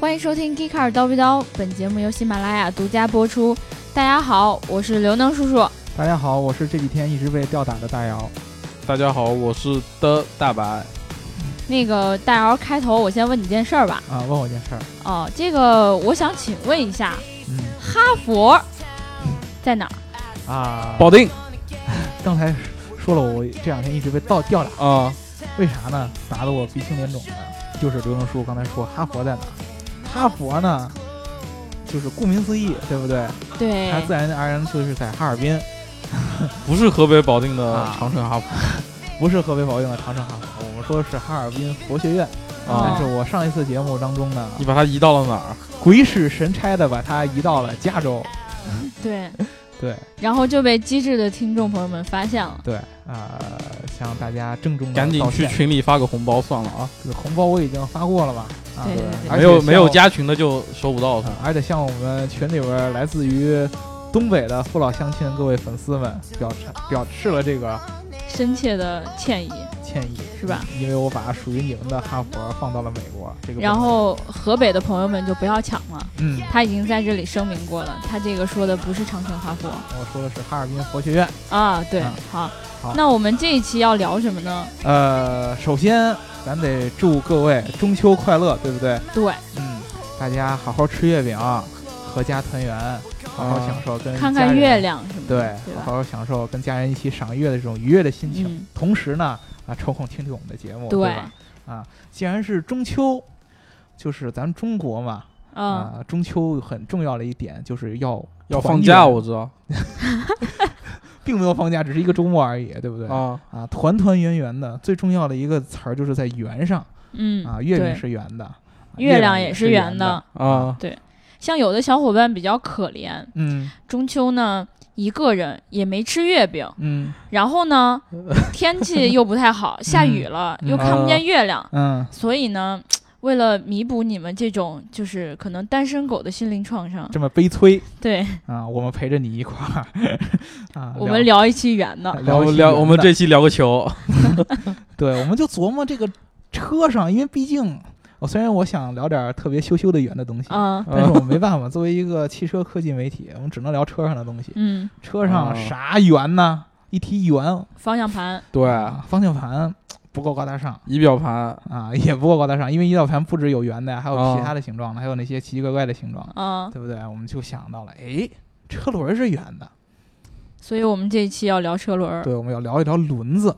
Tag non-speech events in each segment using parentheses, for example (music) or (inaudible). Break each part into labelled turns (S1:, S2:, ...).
S1: 欢迎收听《g e e k a r 叨逼叨》，本节目由喜马拉雅独家播出。大家好，我是刘能叔叔。
S2: 大家好，我是这几天一直被吊打的大姚。
S3: 大家好，我是的大白。
S1: 那个大姚，开头我先问你件事儿吧。
S2: 啊，问我件事儿。
S1: 哦，这个我想请问一下，
S2: 嗯
S1: 哈佛在哪儿？
S2: 啊，
S3: 保定
S2: 刚才说了，我这两天一直被倒吊打，
S3: 啊，
S2: 为啥呢？打得我鼻青脸肿的。就是刘能叔刚才说哈佛在哪儿？哈佛呢，就是顾名思义，对不对？
S1: 对，
S2: 它自然而然就是在哈尔滨，
S3: 不是河北保定的
S2: 啊
S3: 长城哈普
S2: 不是河北保定的长城哈佛，我们说的是哈尔滨佛学院。
S1: 哦
S2: 但
S3: 啊
S2: 是。我上一次节目当中呢，
S3: 你把它移到了哪儿？
S2: 鬼使神差的把它移到了加州。
S1: 对，
S2: 对
S1: 然后就被机智的听众朋友们发现了。
S2: 对，啊、向大家郑重地
S3: 赶紧
S2: 道
S3: 去
S2: 歉
S3: 群里发个红包算了啊！
S2: 这个红包我已经发过了吧？啊，
S1: 对对对
S2: 而且
S3: 没有
S2: 像
S3: 没有加群的就收不到是
S2: 啊
S3: 吧？
S2: 而且向我们群里边儿来自于东北的父老乡亲各位粉丝们表示表示了这个
S1: 深切的歉意。
S2: 歉意，
S1: 是吧？
S2: 因为我把属于你们的哈佛放到了美国，这个
S1: 然
S2: 不能
S1: 后河北的朋友们就不要抢了，
S2: 嗯，
S1: 他已经在这里声明过了，他这个说的不是长城哈佛
S2: 我说的是哈尔滨佛学院。
S1: 啊。对，
S2: 啊
S1: 好，
S2: 好
S1: 那我们这一期要聊什么呢？
S2: 呃，首先咱得祝各位中秋快乐，对不对？
S1: 对，
S2: 嗯，大家好好吃月饼，阖家团圆，好
S3: 啊
S2: 好享受跟
S1: 看
S2: 家
S1: 看
S2: 人
S1: 月亮什么的，
S2: 对，
S1: 对吧
S2: 好好享受跟家人一起赏月的这种愉悦的心情。
S1: 嗯
S2: 同时呢，啊，抽空听听我们的节目，对
S1: 对，
S2: 吧？啊，既然是中秋，就是咱们中国嘛，
S1: 嗯，
S2: 啊，中秋很重要的一点就是要
S3: 要
S2: 团
S3: 放假，
S2: 圆
S3: 我知道
S2: 并没有放假，只是一个周末而已，对不对？
S3: 啊。
S2: 啊，团团圆圆的，最重要的一个词儿就是在圆上
S1: 嗯
S2: 啊，月
S1: 对
S2: 饼是圆的，啊
S1: 月亮
S2: 亮
S1: 也
S2: 是
S1: 圆
S2: 的，。
S3: 啊，
S1: 像有的小伙伴比较可怜，
S2: 嗯
S1: 中秋呢一个人也没吃月饼，
S2: 嗯
S1: 然后呢
S2: (laughs)
S1: 天气又不太好，下雨了、
S2: 嗯
S1: 又看不见月亮，
S2: 嗯，
S1: 所以呢，为了弥补你们这种就是可能单身狗的心灵创伤，
S2: 这么悲催
S1: 对
S2: 啊，我们陪着你一块儿啊，
S1: 我们聊一期圆
S2: (laughs)
S1: 的，
S2: 聊
S3: 我们
S2: 一
S3: 聊
S2: 起
S3: 我们
S2: 圆的
S3: 这期聊个 (laughs) 球，
S2: 对，我们就琢磨这个车上，因为毕竟我虽然我想聊点儿特别羞羞的远的东西，
S1: 嗯
S3: 哎
S2: 但是我没办法，作为一个汽车科技媒体，我们只能聊车上的东西。
S1: 嗯，
S2: 车上
S3: 哦
S2: 啥圆呢？一提圆，
S1: 方向盘，
S3: 对，
S2: 啊，方向盘不够高大上
S3: 仪表盘
S2: 啊，也不够高大上，因为仪表盘不只有圆的，还有
S3: 哦
S2: 其他的形状的，还有那些奇奇怪怪的形状的，
S1: 嗯，
S2: 对不对？我们就想到了，诶，车轮儿是圆的，
S1: 所以我们这一期要聊车轮儿，
S2: 对，我们要聊一聊轮子，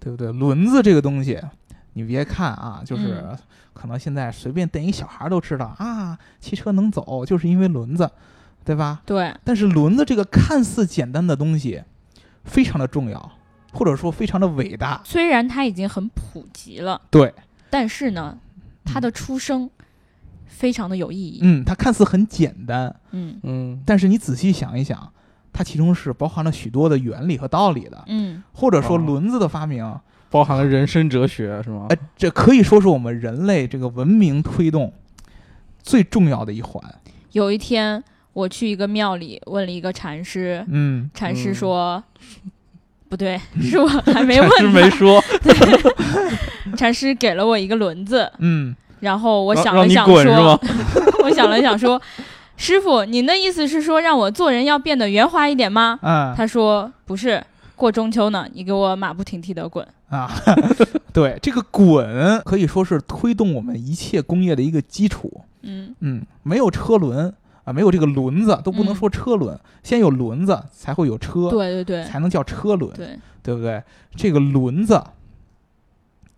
S2: 对不对？轮子这个东西，你别看啊，就是
S1: 嗯
S2: 可能现在随便逮一小孩儿都知道啊，汽车能走就是因为轮子，对吧？
S1: 对，
S2: 但是轮子这个看似简单的东西，非常的重要，或者说非常的伟大。
S1: 虽然它已经很普及了，
S2: 对，
S1: 但是呢，它
S3: 嗯
S1: 的出生非常的有意义，
S2: 嗯，它看似很简单，
S1: 嗯
S3: 嗯，
S2: 但是你仔细想一想，它其中是包含了许多的原理和道理的，
S1: 嗯，
S2: 或者说
S3: 哦
S2: 轮子的发明，
S3: 包含了人生哲学是吗
S1: 呃
S2: 哎？，这可以说是我们人类这个文明推动最重要的一环。
S1: 有一天我去一个庙里问了一个禅师，
S2: 嗯，
S1: 禅师
S3: 嗯
S1: 说。不对， (laughs) 是我还没问啊
S3: 还是 (laughs) 没
S1: 他。
S3: 说，
S1: 禅师给了我一个轮子，
S2: 嗯，
S1: 然后我
S3: 让
S1: 想
S3: 让
S1: 了
S3: 你
S1: 想
S3: 滚是
S1: 说
S3: 吗，？
S1: (laughs) 我想了想说，师傅，您的意思是说让我做人要变得圆滑一点吗？
S2: 啊
S1: 他说不是，过中秋呢，你给我马不停蹄的滚。
S2: 啊， (laughs) 对，这个滚可以说是推动我们一切工业的一个基础。
S1: 嗯，
S2: 嗯，没有车轮啊，没有这个轮子都不能
S1: 嗯
S2: 说车轮，先有轮子才会有车，
S1: 对对对
S2: 才能叫车轮，
S1: 对，
S2: 对不对？这个轮子。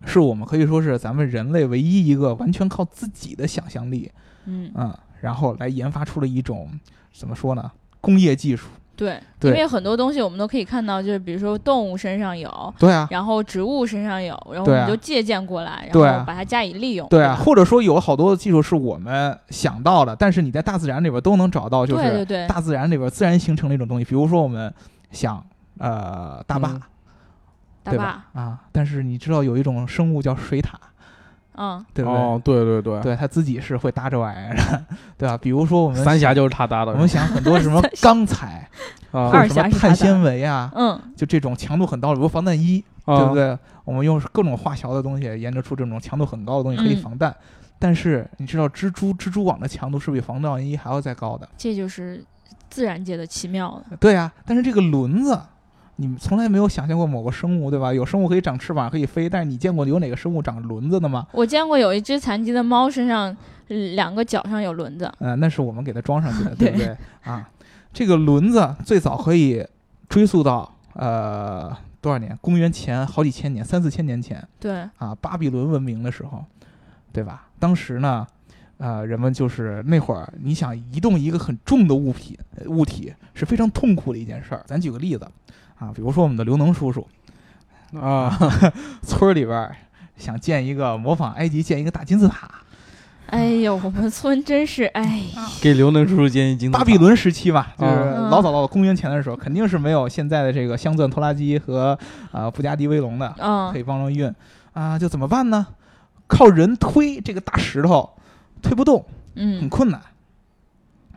S2: 是我们可以说是咱们人类唯一一个完全靠自己的想象力，
S1: 嗯
S2: 嗯，然后来研发出了一种怎么说呢，工业技术。
S1: 对，
S2: 对
S1: 因为很多东西我们都可以看到，就是比如说动物身上有，
S2: 对啊，
S1: 然后植物身上有，然后我
S2: 对
S1: 们
S2: 啊
S1: 就借鉴过来，然
S2: 对啊
S1: 后把它加以利用。
S2: 对啊，
S1: 吧
S2: 或者说有好多的技术是我们想到的，但是你在大自然里边都能找到，就
S1: 对对
S2: 是
S1: 对，
S2: 大自然里边自然形成的一种东西。比如说我们想呃大坝，
S3: 嗯
S1: 大
S2: 对
S1: 坝
S2: 吧，？啊，但是你知道有一种生物叫水獭，
S1: 嗯，
S2: 对不对？
S3: (laughs) 哦，对对对，
S2: 对，它自己是会搭这玩意儿的，对吧？比如说我们
S3: 三峡就是他搭的
S2: 我，们想很多
S1: (laughs)
S2: 什么钢材
S3: 啊
S2: 或
S1: 二
S2: 者什
S1: 峡
S2: 么
S1: 是它搭
S2: 碳
S1: 的
S2: 纤维啊，
S1: 嗯，
S2: 就这种强度很高的，比如防弹衣，
S3: 啊
S2: 对不对？我们用各种化学的东西研制出这种强度很高的东西可以
S1: 嗯
S2: 防弹，但是你知道蜘蛛蜘蛛网的强度是比防噪衣还要再高的，
S1: 这就是自然界的奇妙了。
S2: 对啊，但是这个轮子，你们从来没有想象过某个生物，对吧？有生物可以长翅膀，可以飞，但是你见过有哪个生物长轮子的吗？
S1: 我见过有一只残疾的猫身上呃两个脚上有轮子，
S2: 呃，那是我们给它装上去的，
S1: 对
S2: 对不对？啊，这个轮子最早可以追溯到呃多少年？公元前好几千年，三四千年前
S1: 对，
S2: 啊，巴比伦文明的时候，对吧？当时呢。呃，人们就是那会儿，你想移动一个很重的物品呃物体是非常痛苦的一件事儿。咱举个例子，啊，比如说我们的刘能叔叔，
S3: 啊，
S2: 村儿里边儿想建一个模仿埃及建一个大金字塔，
S1: 哎呦，我们村真是哎，
S3: 给刘能叔叔建议金字塔
S2: 巴比，伦时期嘛，就是
S1: 嗯
S2: 老早到公元前的时候，肯定是没有现在的这个镶钻拖拉机和呃布加迪威龙的，可
S1: 嗯，
S2: 以帮着运啊，就怎么办呢？靠人推这个大石头，推不动，很
S1: 嗯，
S2: 困难。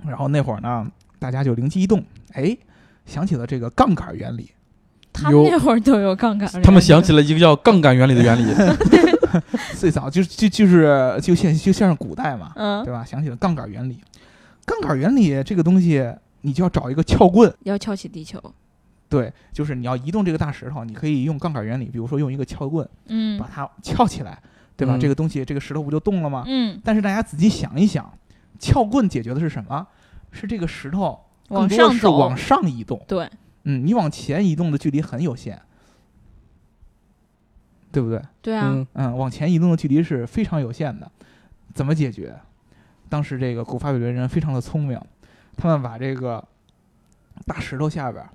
S2: 然后那会儿呢，大家就灵机一动，哎，想起了这个杠杆原理，
S1: 他们那会儿都有杠杆，
S3: 他们想起了一个叫杠杆原理的原
S1: 啊
S3: 理，
S2: 最早就就就是就像就像是古代嘛，
S1: 嗯，
S2: 对吧？想起了杠杆原理，杠杆原理这个东西，你就要找一个撬棍，
S1: 要敲起地球，
S2: 对，就是你要移动这个大石头，你可以用杠杆原理，比如说用一个撬棍
S1: 嗯
S2: 把它撬起来，对吧？
S3: 嗯
S2: 这个东西，这个石头不就动了吗？
S1: 嗯，
S2: 但是大家仔细想一想，撬棍解决的是什么？是这个石头更
S1: 往
S2: 多的
S1: 上
S2: 是
S1: 走，
S2: 往上移动。
S1: 对，
S2: 嗯，你往前移动的距离很有限，对不对？
S1: 对啊，
S3: 嗯，
S2: 嗯，往前移动的距离是非常有限的。怎么解决？当时这个古巴比伦人非常的聪明，他们把这个大石头下边儿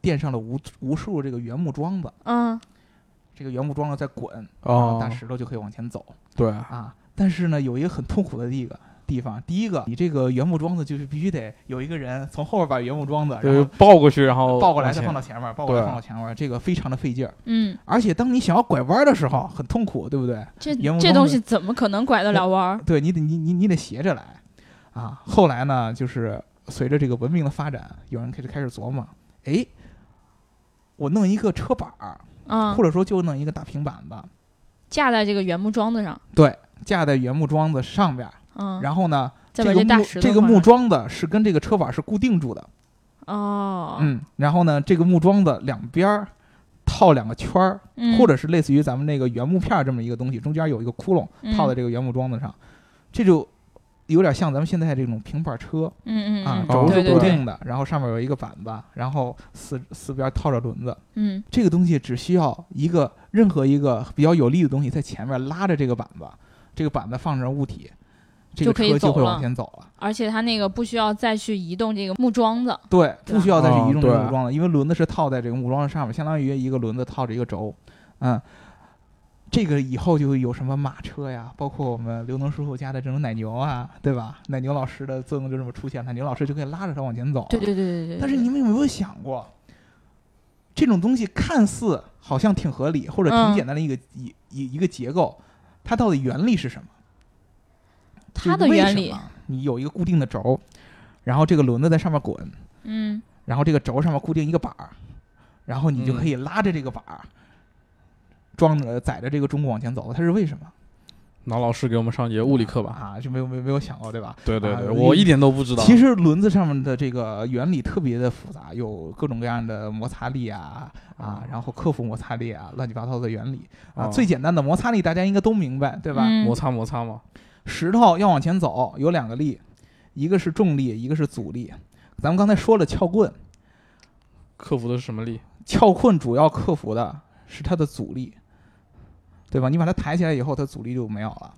S2: 垫上了无无数这个原木桩子，
S1: 嗯，这
S2: 这个原木桩子在滚，然后
S3: 哦
S2: 啊大，石头就可以往前走
S3: 对，
S2: 啊。但是呢，有一个很痛苦的地个地方，第一个，你这个原木桩子就是必须得有一个人从后边把原木桩子，然
S3: 就是
S2: 后
S3: 哦
S2: 呃
S3: 抱过去，然后
S2: 抱过来
S3: 往
S2: 再
S3: 前
S2: 放到前面儿，抱过来
S3: 对
S2: 放到前面儿，这个非常的费劲儿。
S1: 嗯，
S2: 而且当你想要拐弯儿的时候，很痛苦，对不对？
S1: 这
S2: 阎王
S1: 这
S2: 庄
S1: 东
S2: 的
S1: 西怎么可能拐得了弯儿？
S2: 对你得你你你得斜着来啊。后来呢，就是随着这个文明的发展，有人开始开始琢磨，哎，我弄一个车板儿，
S1: 嗯
S2: 或，者说就弄一个大平板子，
S1: 架在这个原木桩子上，
S2: 架在原木桩子上边儿，
S1: 嗯，
S2: 然后呢，
S1: 再
S2: 这
S1: 把
S2: 个
S1: 大
S2: 木
S1: 石头
S2: 这个
S1: 放
S2: 木
S1: 上
S2: 桩子是跟这个车板儿是固定住的，
S1: 哦，
S2: 嗯，然后呢，这个木桩子两边儿套两个圈儿，
S1: 嗯，
S2: 或者是类似于咱们那个原木片儿这么一个东西，中间有一个窟窿套在
S1: 这，
S2: 这个原木桩子上，这就有点像咱们现在这种平板车，
S1: 嗯嗯
S2: 啊
S1: 嗯，，
S3: 轴
S1: 对
S2: 轴是
S1: 对
S2: 固
S1: 对
S2: 定的，然后上面有一个板子，然后四四边套着轮子。
S1: 嗯，
S2: 这个东西只需要一个任何一个比较有力的东西在前面拉着这个板子，这个板子放上物体，这
S1: 就
S2: 个
S1: 可以
S2: 车就
S1: 走
S2: 会
S1: 了
S2: 往前走了。
S1: 而且它那个不需要再去移动这个木桩子，
S2: 对，
S1: 对
S2: 不需要再
S3: 哦
S2: 去移动这个
S3: 对
S2: 木桩了，因为轮子是套在这个木桩上面，相当于一个轮子套着一个轴。嗯，这个以后就有什么马车呀，包括我们刘能叔叔家的这种奶牛啊，对吧？奶牛老师的作用就这么出现了，奶牛老师就可以拉着它往前走。
S1: 对对对对对，
S2: 但是你们有没有想过，这种东西看似好像挺合理或者
S1: 嗯
S2: 挺简单的一个一一一个结构，它到底原理是什么？
S1: 它的
S2: 就是为
S1: 原
S2: 什
S1: 理
S2: 么，你有一个固定的轴，然后这个轮子在上面滚，
S1: 嗯，
S2: 然后这个轴上面固定一个板儿，然后你就
S3: 嗯
S2: 可以拉着这个板儿，装着载着这个钟往前走。它是为什么？
S3: 拿老师给我们上节物理课吧，
S2: 啊，就没有没有没有想过对吧？
S3: 对对对，
S2: 啊
S3: 我一点都不知道，
S2: 其实轮子上面的这个原理特别的复杂，有各种各样的摩擦力啊啊
S3: 哦，
S2: 然后克服摩擦力啊，乱七八糟的原理啊。
S3: 哦
S2: 最简单的摩擦力大家应该都明白，对吧？
S1: 嗯
S3: 摩擦摩擦嘛，
S2: 石头要往前走有两个力，一个是重力，一个是阻力。咱们刚才说了撬棍，
S3: 克服的是什么力？
S2: 撬棍主要克服的是它的阻力，对吧？你把它抬起来以后，它阻力就没有了，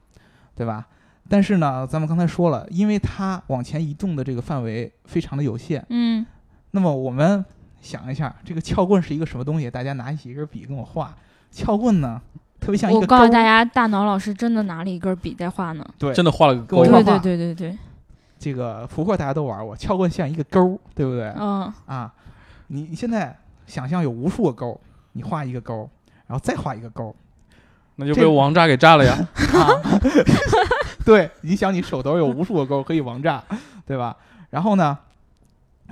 S2: 对吧？但是呢，咱们刚才说了，因为它往前移动的这个范围非常的有限，
S1: 嗯，
S2: 那么我们想一下，这个撬棍是一个什么东西？大家拿起一根笔跟我画。撬棍呢，特别像一
S1: 我
S2: 个
S1: 告
S2: 高，
S1: 诉大家，大脑老师真的拿了一根笔在画呢，
S2: 对
S3: 真的画了个
S2: 跟我
S1: 对
S2: 一
S3: 勾吗
S2: 块
S1: 对
S2: 画
S1: 对对对，
S2: 这个扑克大家都玩过，撬棍像一个钩，对不对？
S1: 嗯，
S2: 啊，你你现在想象有无数个钩，你画一个钩，然后再画一个钩，
S3: 那就
S2: 这
S3: 被王炸给
S2: (laughs)
S3: 炸了呀！
S2: 啊，对，你想你手头有无数个钩可以王炸，对吧？然后呢，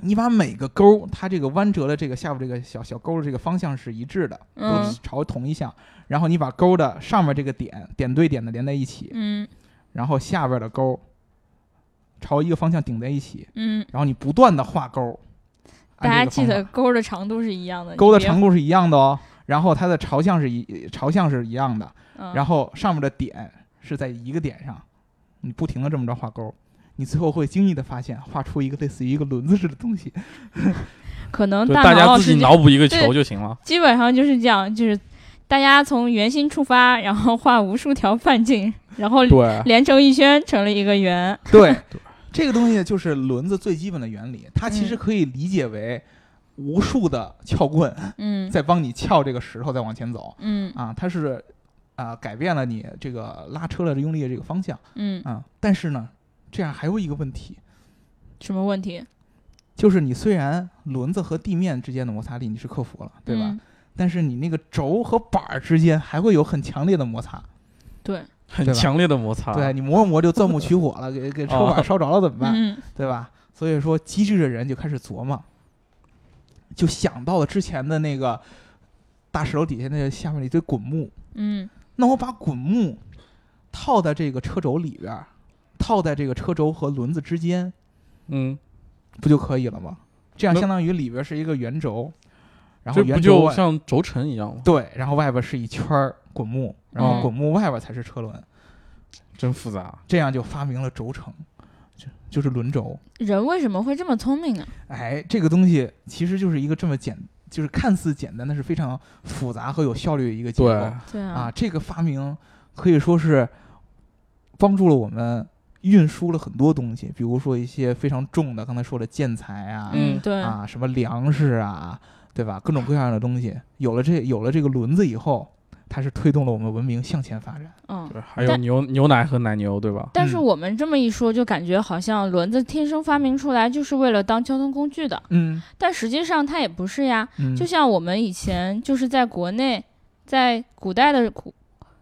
S2: 你把每个钩它这个弯折的这个下边这个小小钩的这个方向是一致的，都
S1: 嗯
S2: 朝同一项，然后你把钩的上面这个点点对点的连在一起，
S1: 嗯
S2: 然后下边的钩朝一个方向顶在一起，
S1: 嗯，
S2: 然后你不断的画钩。
S1: 大家
S2: 按这
S1: 记
S2: 个方
S1: 得
S2: 法
S1: 钩的长度是一样的，
S2: 钩的
S1: 你别
S2: 长，度是一样的哦，然后它的朝向是一朝向是一样的，
S1: 嗯、
S2: 然后上面的点是在一个点上，你不停的这么着画钩。你最后会惊异的发现，画出一个类似于一个轮子似的东西。
S1: 可能
S3: 对，
S1: 大
S3: 大
S1: 脑
S3: 家
S1: 老
S3: 自己
S1: 师就
S3: 脑补一个
S1: 对
S3: 球就行了。
S1: 基本上就是这样，就是大家从圆心出发，然后画无数条半
S2: (laughs)
S1: 径，然后
S3: 对，
S1: 连成一圈成了一个圆。
S2: 对，这个东西就是轮子最基本的原理，它其实
S1: 嗯
S2: 可以理解为无数的撬棍
S1: 嗯
S2: 在帮你撬这个石头再往前走
S1: 嗯
S2: 啊，它是啊、改变了你这个拉车的用力的这个方向
S1: 嗯，
S2: 啊，但是呢，这样还有一个问题，
S1: 什么问题？
S2: 就是你虽然轮子和地面之间的摩擦力你是克服了，对吧？
S1: 嗯
S2: 但是你那个轴和板儿之间还会有很强烈的摩擦，
S1: 对，
S3: 很
S2: 对吧
S3: 强烈的摩擦。
S2: 对你磨着磨着就钻木取火了，给给车
S3: 啊哦
S2: 板烧着了怎么办？
S1: 嗯
S2: 对吧？所以说，机智的人就开始琢磨，就想到了之前的那个大石头底下那个下面一堆滚木，
S1: 嗯
S2: 那我把滚木套在这个车轴里边儿，套在这个车轴和轮子之间，
S3: 嗯，
S2: 不就可以了吗？这样
S3: 那
S2: 相当于里边是一个圆轴，然后
S3: 这不
S2: 圆轴
S3: 就
S2: 外
S3: 像轴承一样吗？
S2: 对，然后外边是一圈儿滚木，然后
S1: 嗯
S2: 滚木外边才是车轮，
S3: 真复杂。
S2: 这样就发明了轴承，就就是轮轴。
S1: 人为什么会这么聪明呢？啊
S2: 哎，这个东西其实就是一个这么简，就是看似简单，但是非常复杂和有效率的一个结构
S3: 对，
S1: 对啊，
S2: 啊。这个发明可以说是帮助了我们运输了很多东西，比如说一些非常重的，刚才说的建材啊，
S1: 嗯
S3: 嗯
S1: 对，
S2: 啊，什么粮食啊，对吧？各种各样的东西，有了这有了这个轮子以后，它是推动了我们文明向前发展。
S1: 嗯。
S3: 对，还有
S1: 但
S3: 牛牛奶和奶牛，对吧？
S1: 但是
S2: 嗯
S1: 我们这么一说，就感觉好像轮子天生发明出来就是为了当交通工具的，
S2: 嗯，
S1: 但实际上它也不是呀。
S2: 嗯
S1: 就像我们以前就是在国内，在古代的古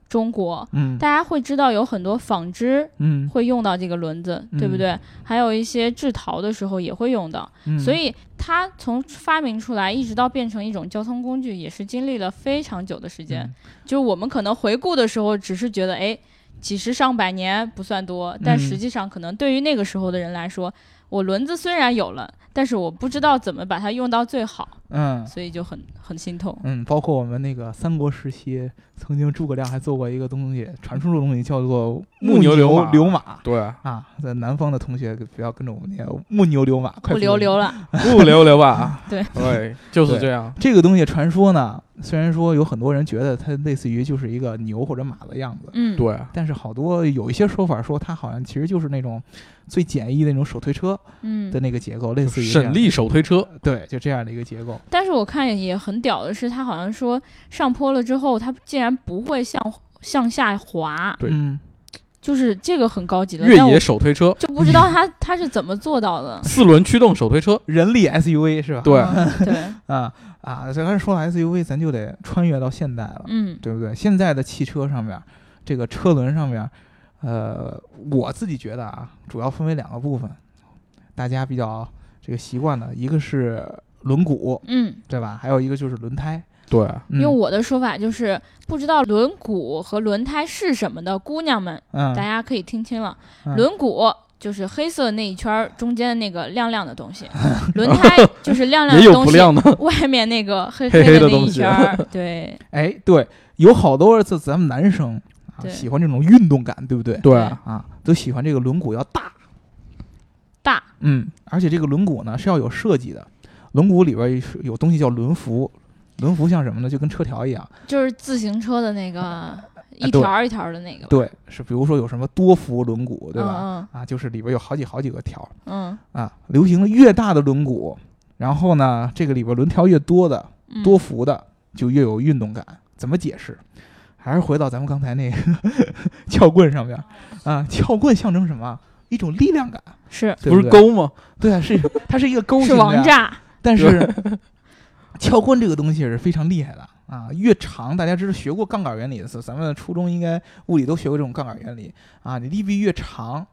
S1: 中国，
S2: 嗯
S1: 大家会知道有很多纺织
S2: 嗯
S1: 会用到这个轮子，
S2: 嗯
S1: 对不对？还有一些制陶的时候也会用到，
S2: 嗯，
S1: 所以它从发明出来一直到变成一种交通工具，也是经历了非常久的时间。
S2: 嗯
S1: 就是我们可能回顾的时候，只是觉得哎，几十上百年不算多，但
S2: 嗯
S1: 实际上可能对于那个时候的人来说，我轮子虽然有了，但是我不知道怎么把它用到最好，
S2: 嗯
S1: 所以就很很心痛。
S2: 嗯，包括我们那个三国时期，曾经诸葛亮还做过一个东西，传说中的东西叫做
S3: 木牛
S2: 牛
S3: 流
S2: 流
S3: 马
S2: 马 (laughs)
S3: 对，
S2: 啊。在南方的同学不要跟着我们念木牛流马，
S1: 不
S2: 快速
S1: 留流了，
S3: 不流流吧
S1: (laughs) ？对
S3: 对，就是
S2: 对
S3: 这样。
S2: 这个东西传说呢，虽然说有很多人觉得它类似于就是一个牛或者马的样子，
S1: 嗯，
S3: 对，
S2: 但是好多有一些说法说它好像其实就是那种最简易的那种手推车
S1: 嗯
S2: 的，那个结构，类似于这样
S3: 省力手推车，
S2: 对，就这样的一个结构。
S1: 但是我看也很屌的是，他好像说上坡了之后，他竟然不会向向下滑，
S3: 对
S2: 嗯，
S1: 就是这个很高级的，
S3: 越
S1: 但我
S3: 野手推车，。
S1: 就不知道他他是怎么做到的
S3: 四轮驱动手推车。
S2: 人力 SUV 是吧？
S3: 对，
S1: 嗯对，
S2: 啊啊，这刚才说了 SUV，咱就得穿越到现代了。
S1: 嗯
S2: 对不对？现在的汽车上面，这个车轮上面，呃，我自己觉得啊，主要分为两个部分，大家比较这个习惯的，一个是轮毂，
S1: 嗯，
S2: 对吧？还有一个就是轮胎。
S3: 对，
S2: 嗯
S1: 用我的说法就是不知道轮毂和轮胎是什么的姑娘们，
S2: 嗯
S1: 大家可以听清了，
S2: 嗯
S1: 轮毂。就是黑色那一圈儿中间的那个亮亮的东
S3: (laughs)
S1: 西，轮胎就是亮亮
S3: 也
S1: 的
S3: 有
S1: 东
S3: 不
S1: 西， (laughs)
S3: 亮的。
S1: 外面那个黑
S3: 黑黑
S1: 的
S3: 的
S1: 那
S3: 东
S1: 一
S3: 西
S1: 圈儿，对，
S2: 哎，对，有好多是咱们男生啊
S1: 对
S2: 喜欢这种运动感，对不对？
S3: 对，
S2: 啊，都喜欢这个轮毂要大，
S1: 大，
S2: 嗯，而且这个轮毂呢是要有设计的，轮毂里边是有东西叫轮辐，轮辐像什么呢？就跟车条一样。
S1: 就是自行车的那个一
S2: 对
S1: 条儿一条儿的那个吧，
S2: 对，是比如说有什么多辐轮毂，对吧？
S1: 嗯
S2: 啊，就是里边有好几好几个条
S1: 嗯
S2: 啊。流行的越大的轮毂，然后呢，这个里边轮条越多的，
S1: 嗯，
S2: 多辐的就越有运动感。怎么解释？还是回到咱们刚才那个 (laughs) 撬棍上面啊，撬棍象征什么？一种力量感，
S1: 是
S2: 对
S3: 不
S2: 对？
S3: 是勾吗？
S2: 对啊，是它是一个勾
S1: 是
S2: 形的
S1: 王
S2: 呀，
S1: 炸，
S2: 但是 (laughs) 撬棍这个东西是非常厉害的啊，越长大家知道学过杠杆原理的，咱们初中应该物理都学过这种杠杆原理啊，你力臂越长，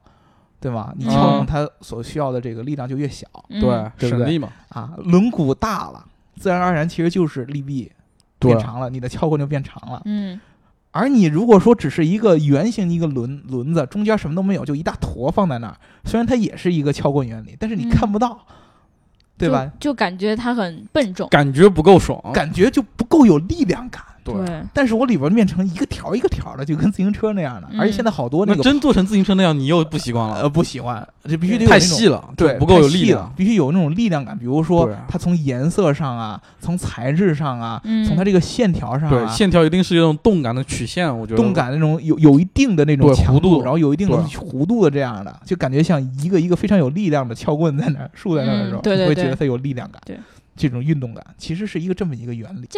S2: 对吧？你撬动
S3: 嗯
S2: 它所需要的这个力量就越小
S1: 嗯
S3: 对，
S2: 对不
S3: 省
S2: 对
S3: 力嘛。
S2: 啊，轮毂大了，自然而然其实就是力臂
S3: 对
S2: 变长了，你的撬棍就变长了。
S1: 嗯
S2: 而你如果说只是一个圆形的一个轮轮子，中间什么都没有，就一大坨放在那儿，虽然它也是一个撬棍原理，但是你
S1: 嗯
S2: 看不到，对吧？
S1: 就？就感觉它很笨重。
S3: 感觉不够爽，
S2: 感觉就不够有力量感。
S3: 对
S1: 对，
S2: 但是我里边变成一个条一个条的，就跟自行车那样的，
S1: 嗯
S2: 而且现在好多那
S3: 那
S2: 个
S3: 真做成自行车那样，你又不习惯了，
S2: 呃不喜欢，这必须得有
S3: 太
S2: 那种
S3: 细了，
S2: 对，
S3: 就不够
S2: 太
S3: 有
S2: 细
S3: 力
S2: 了
S3: 量。，
S2: 必须有那种力量感。比如说
S3: 对啊，
S2: 它从颜色上啊，从材质上啊，
S1: 嗯
S2: 从它这个线条上
S3: 对，
S2: 啊，
S3: 线条一定是用动感的曲线，我觉得
S2: 动感那种有有一定的那种
S3: 对
S2: 强
S3: 弧度
S2: 然后有一定的
S3: 对啊
S2: 弧度的这样的，就感觉像一个一个非常有力量的撬棍在那儿竖在那儿的时候，
S1: 嗯对对
S2: 你会觉
S1: 对
S2: 得它有力量感。
S1: 对，
S2: 这种运动感其实是一个这么一个原理。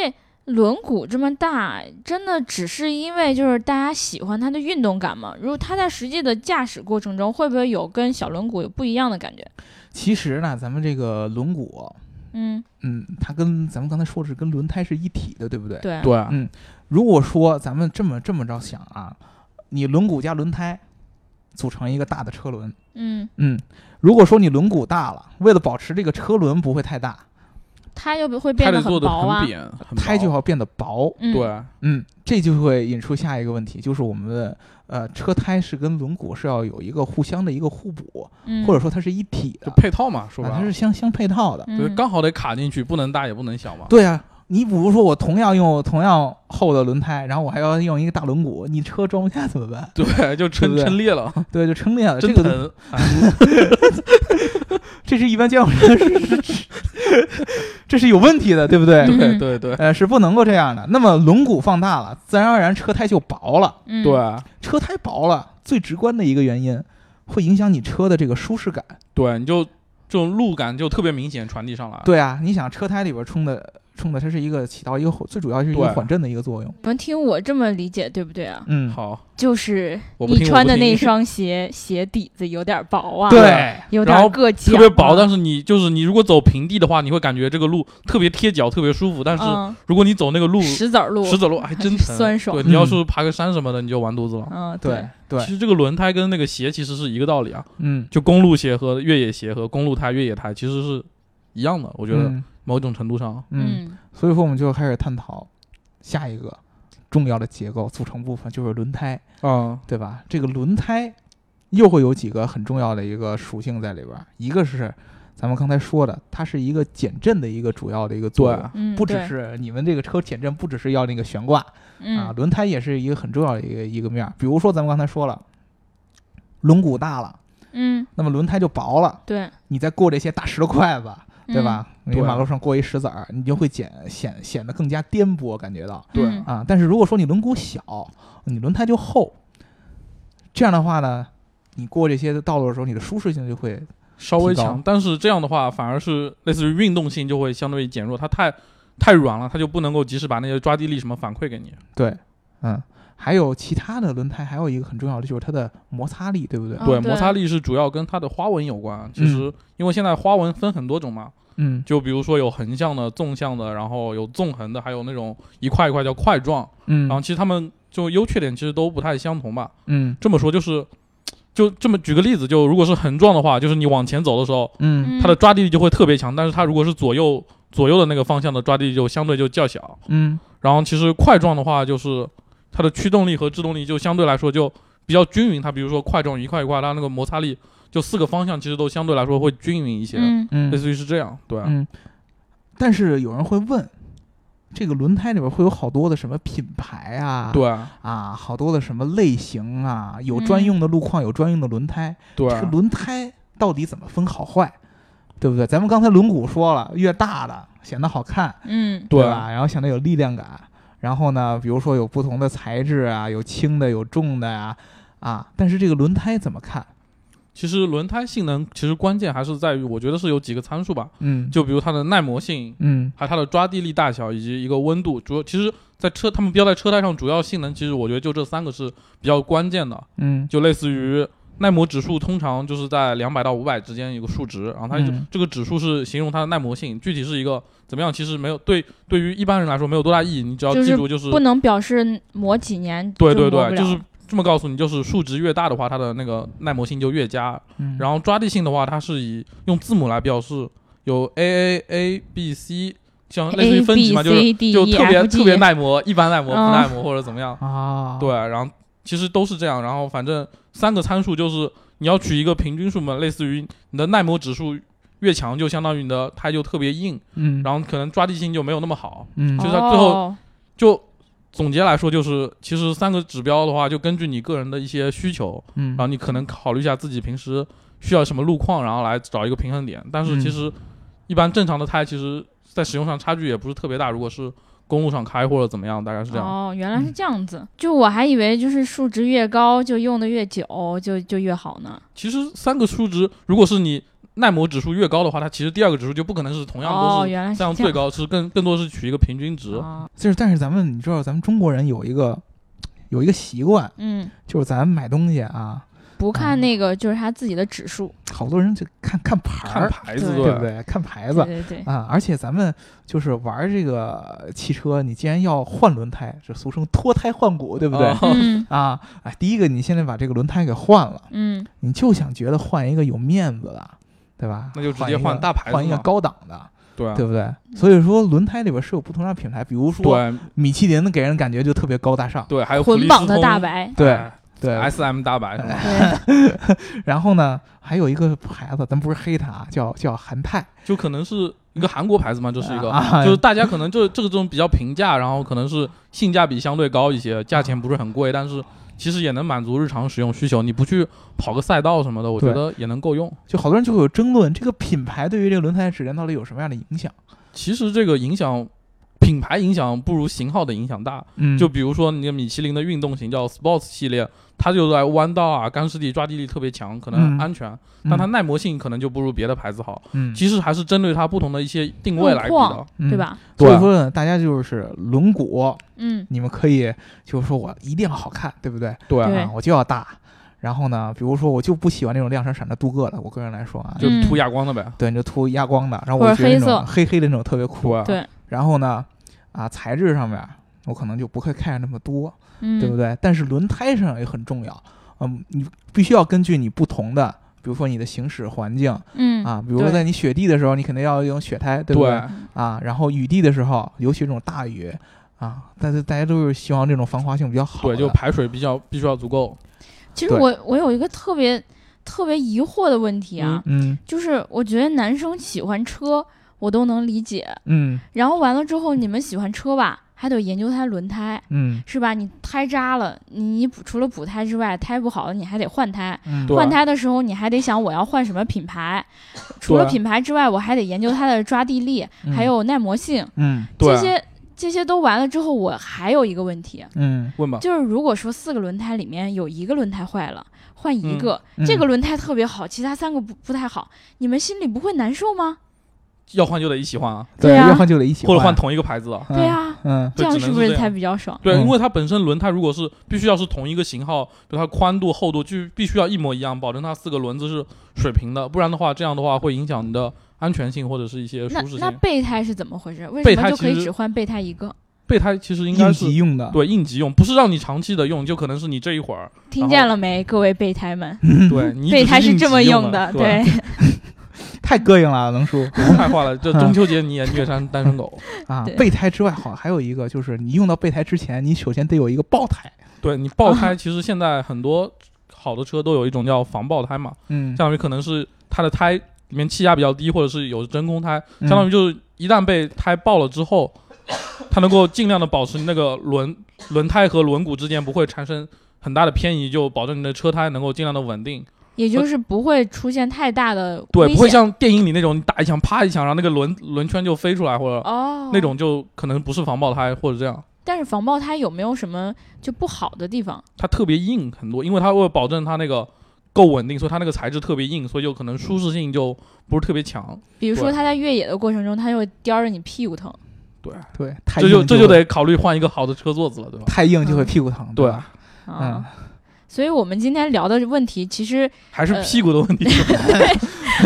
S1: 轮毂这么大，真的只是因为就是大家喜欢它的运动感吗？如果它在实际的驾驶过程中，会不会有跟小轮毂有不一样的感觉？
S2: 其实呢，咱们这个轮毂，
S1: 嗯，
S2: 嗯，它跟咱们刚才说的是跟轮胎是一体的，对不对？
S1: 对，
S3: 对，
S2: 嗯如果说咱们这么这么着想啊，你轮毂加轮胎组成一个大的车轮，
S1: 嗯，
S2: 嗯，如果说你轮毂大了，为了保持这个车轮不会太大，
S1: 它又不会
S3: 它
S1: 变
S3: 得
S1: 得
S3: 做的
S1: 薄啊
S3: 很。扁，很薄
S2: 胎就要变得薄。
S1: 嗯，
S3: 对，
S2: 嗯，这就会引出下一个问题，就是我们的呃车胎是跟轮毂是要有一个互相的一个互补，
S1: 嗯，
S2: 或者说它是一体
S3: 就
S2: 的，
S3: 配套嘛，说
S2: 啊
S3: 白
S2: 它是
S3: 了，
S2: 相相配套的。
S3: 就是
S1: 嗯，
S3: 刚好得卡进去，不能大也不能小嘛。
S2: 对啊，你比如说我同样用同样厚的轮胎，然后我还要用一个大轮毂，你车装不下怎么办？
S3: 对，
S2: 对
S3: 就撑
S2: 不对
S3: 撑裂了，
S2: 对，就撑裂了。这
S3: 啊 (laughs) 真
S2: 个东
S3: 疼。哎
S2: 这是一般见过人的事， (laughs) 这是有问题的，对不对？
S1: 嗯
S3: 对对对
S2: 呃，是不能够这样的。那么轮毂放大了，自然而然车胎就薄了。
S1: 嗯，
S3: 对
S2: 车胎薄了，最直观的一个原因会影响你车的这个舒适感。
S3: 对，你就这种路感就特别明显传递上来。
S2: 对啊，你想车胎里边充的充的，它是一个起到一个缓最主要是一个
S3: 对
S2: 缓震的一个作用。
S1: 你们听我这么理解对不对啊？
S2: 嗯，
S3: 好，
S1: 就是
S3: 我不
S1: 你
S3: 听
S1: 穿的
S3: (laughs)
S1: 那，
S3: 我
S1: 双鞋鞋底子有点薄啊，
S2: 对，
S1: 有
S3: 然后
S1: 点硌
S3: 不听
S1: 脚啊，
S3: 特别薄，但是你就是你如果走平地的话，你会感觉这个路特别贴脚，特别舒服。但是
S1: 嗯，
S3: 如果你走那个路
S1: 石子儿路，
S3: 石子路，还真
S1: 还是
S3: 疼，
S1: 酸爽
S3: 对你要
S2: 嗯
S3: 是爬个山什么的，你就完犊子了。
S1: 嗯，
S2: 对对
S3: 其，实这个轮胎跟那个鞋其实是一个道理啊，
S2: 嗯，
S3: 就公路鞋和越野鞋和公路胎、越野胎其实是一样的。我觉得
S2: 嗯
S3: 某种程度上，
S2: 嗯，
S1: 嗯，
S2: 所以说我们就开始探讨下一个重要的结构组成部分，就是轮胎。
S3: 啊，
S2: 对吧？这个轮胎又会有几个很重要的一个属性在里边儿，一个是咱们刚才说的，它是一个减震的一个主要的一个作
S3: 对，
S2: 用。
S1: 嗯，
S2: 不只
S1: 对，
S2: 是你们这个车减震，不只是要那个悬挂啊，
S1: 嗯，
S2: 轮胎也是一个很重要的一个一个面儿。比如说咱们刚才说了，轮毂大了，
S1: 嗯，
S2: 那么轮胎就薄了，
S1: 对，
S2: 你再过这些大石头块子，对
S1: 嗯？
S2: 吧？你
S3: 对
S2: 马路上过一石子儿，你就会减显显得更加颠簸，感觉到。
S3: 对
S1: 嗯
S2: 啊，但是如果说你轮毂小，你轮胎就厚，这样的话呢，你过这些道路的时候，你的舒适性就会
S3: 稍微
S2: 提高
S3: 强，但是这样的话反而是类似于运动性就会相对减弱，它太太软了，它就不能够及时把那些抓地力什么反馈给你。
S2: 对，嗯，还有其他的轮胎还有一个很重要的就是它的摩擦力，嗯对不对？
S1: 啊
S3: 对，
S1: 对
S3: 摩擦力是主要跟它的花纹有关。啊其实因为现在花纹分很多种嘛，
S2: 嗯
S3: 就比如说有横向的、纵向的，然后有纵横的，还有那种一块一块叫块状。
S2: 嗯
S3: 然后其实它们就优缺点其实都不太相同吧。
S2: 嗯
S3: 这么说就是，就这么举个例子，就如果是横状的话，就是你往前走的时候，
S2: 嗯
S3: 它的抓地力就会特别强，但是它如果是左右左右的那个方向的抓地力就相对就较小。
S2: 嗯
S3: 然后其实块状的话，就是它的驱动力和制动力就相对来说就比较均匀。它比如说块状一块一块，它那个摩擦力就四个方向其实都相对来说会均匀一些，
S1: 嗯，
S2: 嗯
S3: 类似于是这样。对啊，
S2: 嗯，但是有人会问。这个轮胎里边会有好多的什么品牌啊，
S3: 对啊
S2: 啊，好多的什么类型啊，有专用的路况，有专用的轮胎，
S3: 对
S2: 这个
S3: 啊
S2: 轮胎到底怎么分好坏，对不对？咱们刚才轮毂说了，越大的显得好看，
S1: 嗯，
S3: 对啊
S2: 吧？然后显得有力量感。然后呢，比如说有不同的材质啊，有轻的，有重的呀、啊，但是这个轮胎怎么看？
S3: 其实轮胎性能其实关键还是在于，我觉得是有几个参数吧，
S2: 嗯，
S3: 就比如它的耐磨性，
S2: 嗯
S3: 还有它的抓地力大小以及一个温度，主要其实，在车他们标在车胎上主要性能，其实我觉得就这三个是比较关键的，
S2: 嗯
S3: 就类似于耐磨指数，通常就是在两百到五百之间有个数值，然后它就、
S2: 嗯
S3: 这个指数是形容它的耐磨性，具体是一个怎么样，其实没有对对于一般人来说没有多大意义，你只要
S1: 就是
S3: 记住就是
S1: 不能表示磨几年，
S3: 对对对，就是。这么告诉你，就是数值越大的话，它的那个耐磨性就越佳。
S2: 嗯，
S3: 然后抓地性的话，它是以用字母来表示，有 A A A B C 像类似于
S1: A
S3: 分
S1: B
S3: 级嘛，就是
S1: C D
S3: 就
S1: E
S3: 特别
S1: F
S3: 特
S1: G，
S3: 别耐磨，一般耐磨，
S1: 嗯
S3: 不耐磨或者怎么样。
S2: 啊，
S3: 对，，然后其实都是这样，然后反正三个参数就是你要取一个平均数嘛，类似于你的耐磨指数越强，就相当于你的胎就特别硬，
S2: 嗯，
S3: 然后可能抓地性就没有那么好。
S2: 嗯，
S3: 就是最后
S1: 哦
S3: 就总结来说，就是其实三个指标的话，就根据你个人的一些需求，
S2: 嗯，
S3: 然后你可能考虑一下自己平时需要什么路况，然后来找一个平衡点。但是其实一般正常的胎，其实在使用上差距也不是特别大，如果是公路上开或者怎么样，大概是这样。嗯
S1: 哦，原来是这样子，就我还以为就是数值越高就用的越久就就越好呢。
S3: 其实三个数值，如果是你耐磨指数越高的话，它其实第二个指数就不可能是同样
S1: 哦，
S3: 都是
S1: 原来是
S3: 这
S1: 这
S3: 样
S1: 样
S3: 最高，是更更多是取一个平均值。
S1: 哦
S2: 就是但是咱们你知道，咱们中国人有一个有一个习惯，
S1: 嗯，
S2: 就是咱买东西啊，
S1: 不看
S2: 嗯
S1: 那个就是它自己的指数，
S2: 好多人就看看牌
S3: 看
S2: 儿，
S3: 牌子
S1: 对
S2: 对不对？看牌子
S1: 对。对
S2: (laughs)
S1: 对，
S2: 啊，而且咱们就是玩这个汽车，你既然要换轮胎，这俗称脱胎换骨，对不对？
S3: 哦
S1: 嗯
S2: (laughs) 啊，哎，第一个你现在把这个轮胎给换了，
S1: 嗯
S2: 你就想觉得换一个有面子的，对吧？
S3: 那就直接
S2: 换一
S3: 换
S2: 个
S3: 大牌子
S2: 换一个
S3: 嘛啊
S2: 高档的，
S3: 对
S2: 对不对？所以说轮胎里边是有不同样品牌，比如说
S3: 对
S2: 米其林的给人感觉就特别高大上，
S3: 对，还有
S1: 捆绑的
S3: 的
S1: 大
S2: (laughs)
S1: 白，
S2: 对
S3: 哎
S2: 对，
S3: S M 大白是吗？
S2: 嗯
S1: 对，
S2: 然后呢，还有一个牌子，咱不是黑它啊，叫叫韩泰，
S3: 就可能是一个韩国牌子嘛，这是一个，
S2: 啊
S1: 哎
S3: 就是大家可能这这个这种比较平价，然后可能是性价比相对高一些，价钱不是很贵，但是其实也能满足日常使用需求。你不去跑个赛道什么的，我觉得也能够用。
S2: 就好多人就会有争论，这个品牌对于这个轮胎质量到底有什么样的影响？
S3: 其实这个影响。品牌影响不如型号的影响大，
S2: 嗯
S3: 就比如说你的米其林的运动型叫 Sports 系列，它就在弯道啊、干湿地、抓地力特别强，可
S2: 嗯
S3: 能安全，但它耐磨性可能就不如别的牌子好。
S2: 嗯，
S3: 其实还是针对它不同的一些定位来比啊
S1: 路
S3: 的
S1: 况。嗯对？吧？
S2: 所啊以说呢，大家就是轮毂，
S1: 嗯，
S2: 你们可以就是说我一定要好看，对不对？
S3: 对
S1: 对
S2: 啊，我就要大。然后呢，比如说我就不喜欢那种亮闪闪的镀铬的，我个人来说啊，
S3: 就
S2: 就
S1: 嗯
S3: 涂哑光的呗。
S2: 对，你就涂压光的，然后
S1: 或
S2: 我
S1: 者
S2: 觉得那
S1: 黑色
S2: 种黑黑的那种特别酷。啊
S3: 对
S1: 对，
S2: 然后呢，啊，材质上面我可能就不会看那么多，
S1: 嗯，
S2: 对不对？但是轮胎上也很重要，嗯，你必须要根据你不同的，比如说你的行驶环境
S1: 嗯
S2: 啊，比如说在你雪地的时候，你肯定要用雪胎，对不对？啊，然后雨地的时候，尤其这种大雨啊，但是大家都是希望这种防滑性比较好的。
S3: 对，就排水比较必须要足够。
S1: 其实
S2: 对
S1: 我我有一个特别特别疑惑的问题啊，
S2: 嗯
S1: 就是我觉得男生喜欢车我都能理解，
S2: 嗯
S1: 然后完了之后你们喜欢车吧，还得研究它轮胎。
S2: 嗯
S1: 是吧？你胎扎了，你你补除了补胎之外，胎不好了你还得换胎。
S2: 嗯，
S3: 对
S1: 换胎的时候，你还得想我要换什么品牌。除了
S3: 对
S1: 品牌之外，我还得研究它的抓地力，
S2: 啊嗯
S1: 还有耐磨性。
S2: 嗯
S1: 这些这些都完了之后，我还有一个问
S3: 哦
S1: 题，
S2: 嗯，
S3: 问吧。
S1: 就是如果说四个轮胎里面有一个轮胎坏了，换一个，
S2: 嗯嗯
S1: 这个轮胎特别好，其他三个不不太好，你们心里不会难受吗？
S3: 要换就得一起换啊，
S1: 对啊
S2: 要换就得一起
S3: 或者换同一个牌子的。
S2: 嗯
S1: 对啊，
S2: 嗯
S3: 对
S1: 样
S3: 只能
S1: 是不
S3: 是
S1: 是
S3: 这样
S1: 才比较爽？
S3: 对，
S2: 嗯
S3: 因为它本身轮胎如果是必须要是同一个型号，比如它宽度、厚度就必须要一模一样，保证它四个轮子是水平的，不然的话，这样的话会影响你的安全性或者是一些
S1: 那
S3: 舒适
S1: 那
S3: 性。
S1: 备胎是怎么回事？为
S3: 备
S1: 什么
S3: 胎
S1: 就可以
S3: 其实
S1: 只换备胎一个？
S3: 备胎其实应该
S2: 应
S3: 是
S2: 急用的，
S3: 对应急用，不是让你长期的用，就可能是你这一会儿，
S1: 听见了没，各位备胎们， (laughs)
S3: 对你
S1: 备
S3: 只
S1: 胎
S3: 是
S1: 是
S3: 应
S1: 这么
S3: 急
S1: 用
S3: 的，
S1: 对，
S2: 太膈应了，能
S1: (laughs)
S2: 叔
S3: 太坏了。这中秋节你也虐杀单身狗，
S2: 啊
S1: 对。
S2: 备胎之外，好还有一个就是你用到备胎之前，你首先得有一个爆胎。
S3: 对你爆胎，其实现在很多好的车都有一种叫防爆胎嘛，
S2: 嗯
S3: 相当于可能是它的胎里面气压比较低，或者是有真空胎，
S2: 嗯
S3: 相当于就是一旦被胎爆了之后， (coughs) 它能够尽量的保持那个轮轮胎和轮毂之间不会产生很大的偏移，就保证你的车胎能够尽量的稳定。
S1: (laughs) 也就是不会出现太大的
S3: 对，
S1: 危
S3: 不会
S1: 险
S3: 像电影里那种你打一枪啪一枪，然后那个轮轮圈就飞出来，或者
S1: 哦
S3: 那。种就可能不是防爆胎或者这样。
S1: 但是防爆胎有没有什么就不好的地方？
S3: 它特别硬很多，因为它为了保证它那个够稳定，所以它那个材质特别硬，所以就可能舒适性就不是特别强。
S1: 比如说
S3: 对
S1: 他在越野的过程中，他就颠着你屁股疼。
S2: 对，太
S3: 这就
S2: 硬
S3: 这就
S2: 会
S3: 得考虑换一个好的车座子了，对吧？
S2: 太硬就会屁股疼。
S3: 对
S2: 吧，嗯
S1: 啊，所以我们今天聊的问题，其实
S3: 还是屁股
S1: (laughs)
S3: 的问题，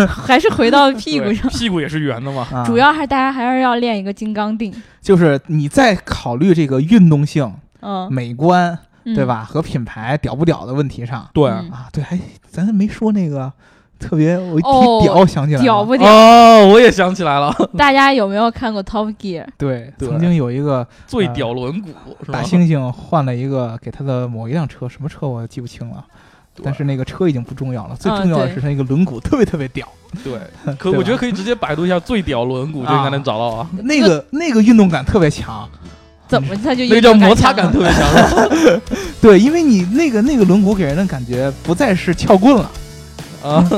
S1: 还是回
S3: (laughs)
S1: 到屁股
S3: 对
S1: 上，
S3: 屁股也是圆的嘛。
S2: 啊
S1: 主要还是大家还是要练一个金刚定，
S2: 就是你在考虑这个运动性、
S1: 嗯，
S2: 美观，
S1: 嗯
S2: 啊对？吧？和品牌屌不屌的问题上哎
S3: 对，
S1: 嗯
S2: 啊，对，还咱没说那个特别，我一
S1: 哦
S2: 提屌想起来了，
S1: 屌不屌？
S3: 哦，我也想起来
S1: (laughs)
S3: 了， (laughs)
S1: 大家有没有看过 Top Gear？
S2: 对，
S3: 对
S2: 曾经有一个
S3: 醉
S1: 啊
S3: 屌轮毂是吧
S2: 大？猩猩换了一个给他的某一辆车，什么车我记不清了，
S3: 对
S2: 但是那个车已经不重要了，最
S1: 嗯
S2: 重要的
S1: 对
S2: 是那个轮毂特别特别屌，
S3: 对，可
S2: 对吧
S3: 我觉得可以直接百度一下“醉屌轮毂”就应该能找到啊，
S2: 那个那个运动感特别强，
S1: 怎么他就
S3: 嗯那个叫摩擦
S1: 感强
S3: 感特别强，是吧
S2: 对，因为你那个那个轮毂给人的感觉不再是撬棍了，
S1: (laughs)
S3: 啊，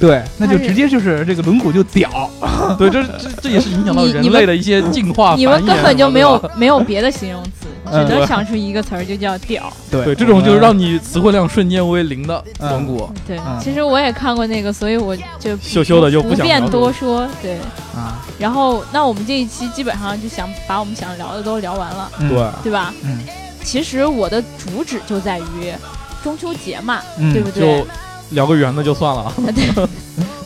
S2: 对，那就
S1: 它是
S2: 直接就是这个轮毂就屌，
S3: 啊对，这这这也是影响到
S1: 你
S3: 人
S1: 你们
S3: 类的一些进化繁衍
S1: 你
S3: 什么
S1: 们
S3: 的，
S1: 根本就没有
S3: 对吧
S1: 没有别的形容词，
S2: 嗯
S1: 只能想出一个词儿，就叫屌。
S2: 对
S3: 对，这种就是让你词汇量瞬间为零的轮毂，
S1: 对
S2: 嗯，
S1: 其实我也看过那个，所以我就
S3: 羞羞的就不
S1: 不
S3: 想
S1: 便
S3: 聊
S1: 多说。对，
S2: 啊，
S1: 然后那我们这一期基本上就想把我们想聊的都聊完了，
S2: 嗯，
S3: 对，
S1: 对吧？
S2: 嗯
S1: 其实我的主旨就在于中秋节嘛，
S2: 嗯，
S1: 对不对
S3: 就？聊个圆的就算了啊。
S1: 对，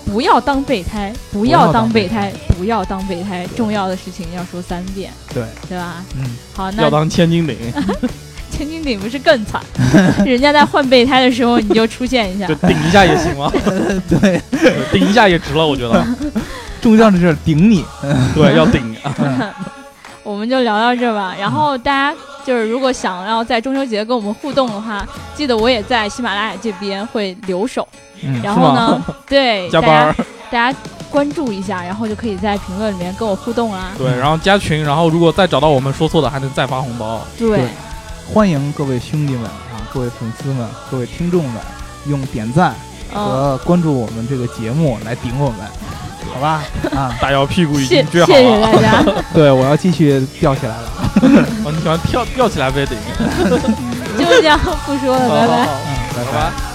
S1: 不要当备胎，不
S2: 要
S1: 要
S2: 当
S1: 当
S2: 备
S1: 备
S2: 胎
S1: 胎，不要当备胎，重要的事情要说三遍，
S2: 对，
S1: 对吧？
S2: 嗯，
S1: 好，那
S3: 要当千斤
S1: (laughs)
S3: 顶，
S1: 千斤顶不是更惨？人家在换备胎的时候你就出现一下
S3: 就，顶一下也行
S1: (laughs)
S3: 吗？
S2: 对，
S3: 顶一下也值了，我觉得。
S2: 重要的是顶你，
S3: 对，要
S1: (laughs)
S3: 顶。
S2: 嗯
S1: 我们就聊到这吧。然后大家就是如果想要在中秋节跟我们互动的话，记得我也在喜马拉雅这边会留守。
S2: 嗯，
S1: 然后呢，对
S3: (laughs) 加班儿，
S1: 大家大家关注一下，然后就可以在评论里面跟我互动啊。
S3: 对，然后加群，然后如果再找到我们说错的，还能再发红包。
S1: 对
S2: 对欢迎各位兄弟们啊，各位粉丝们，各位听众们，用点赞
S1: 嗯，
S2: 和关注我们这个节目来顶我们，好吧？
S3: (laughs)
S2: 啊，
S3: 大姚屁股已
S1: 谢谢
S3: 经撅好
S1: 谢
S3: 了，
S1: 大家。
S2: 对我要继续吊起来了。
S3: 哦你喜欢跳跳起来被顶。
S1: 就这样，不说了，拜拜。
S3: 好，
S2: 嗯，拜
S3: 好
S2: 拜
S3: 吧。。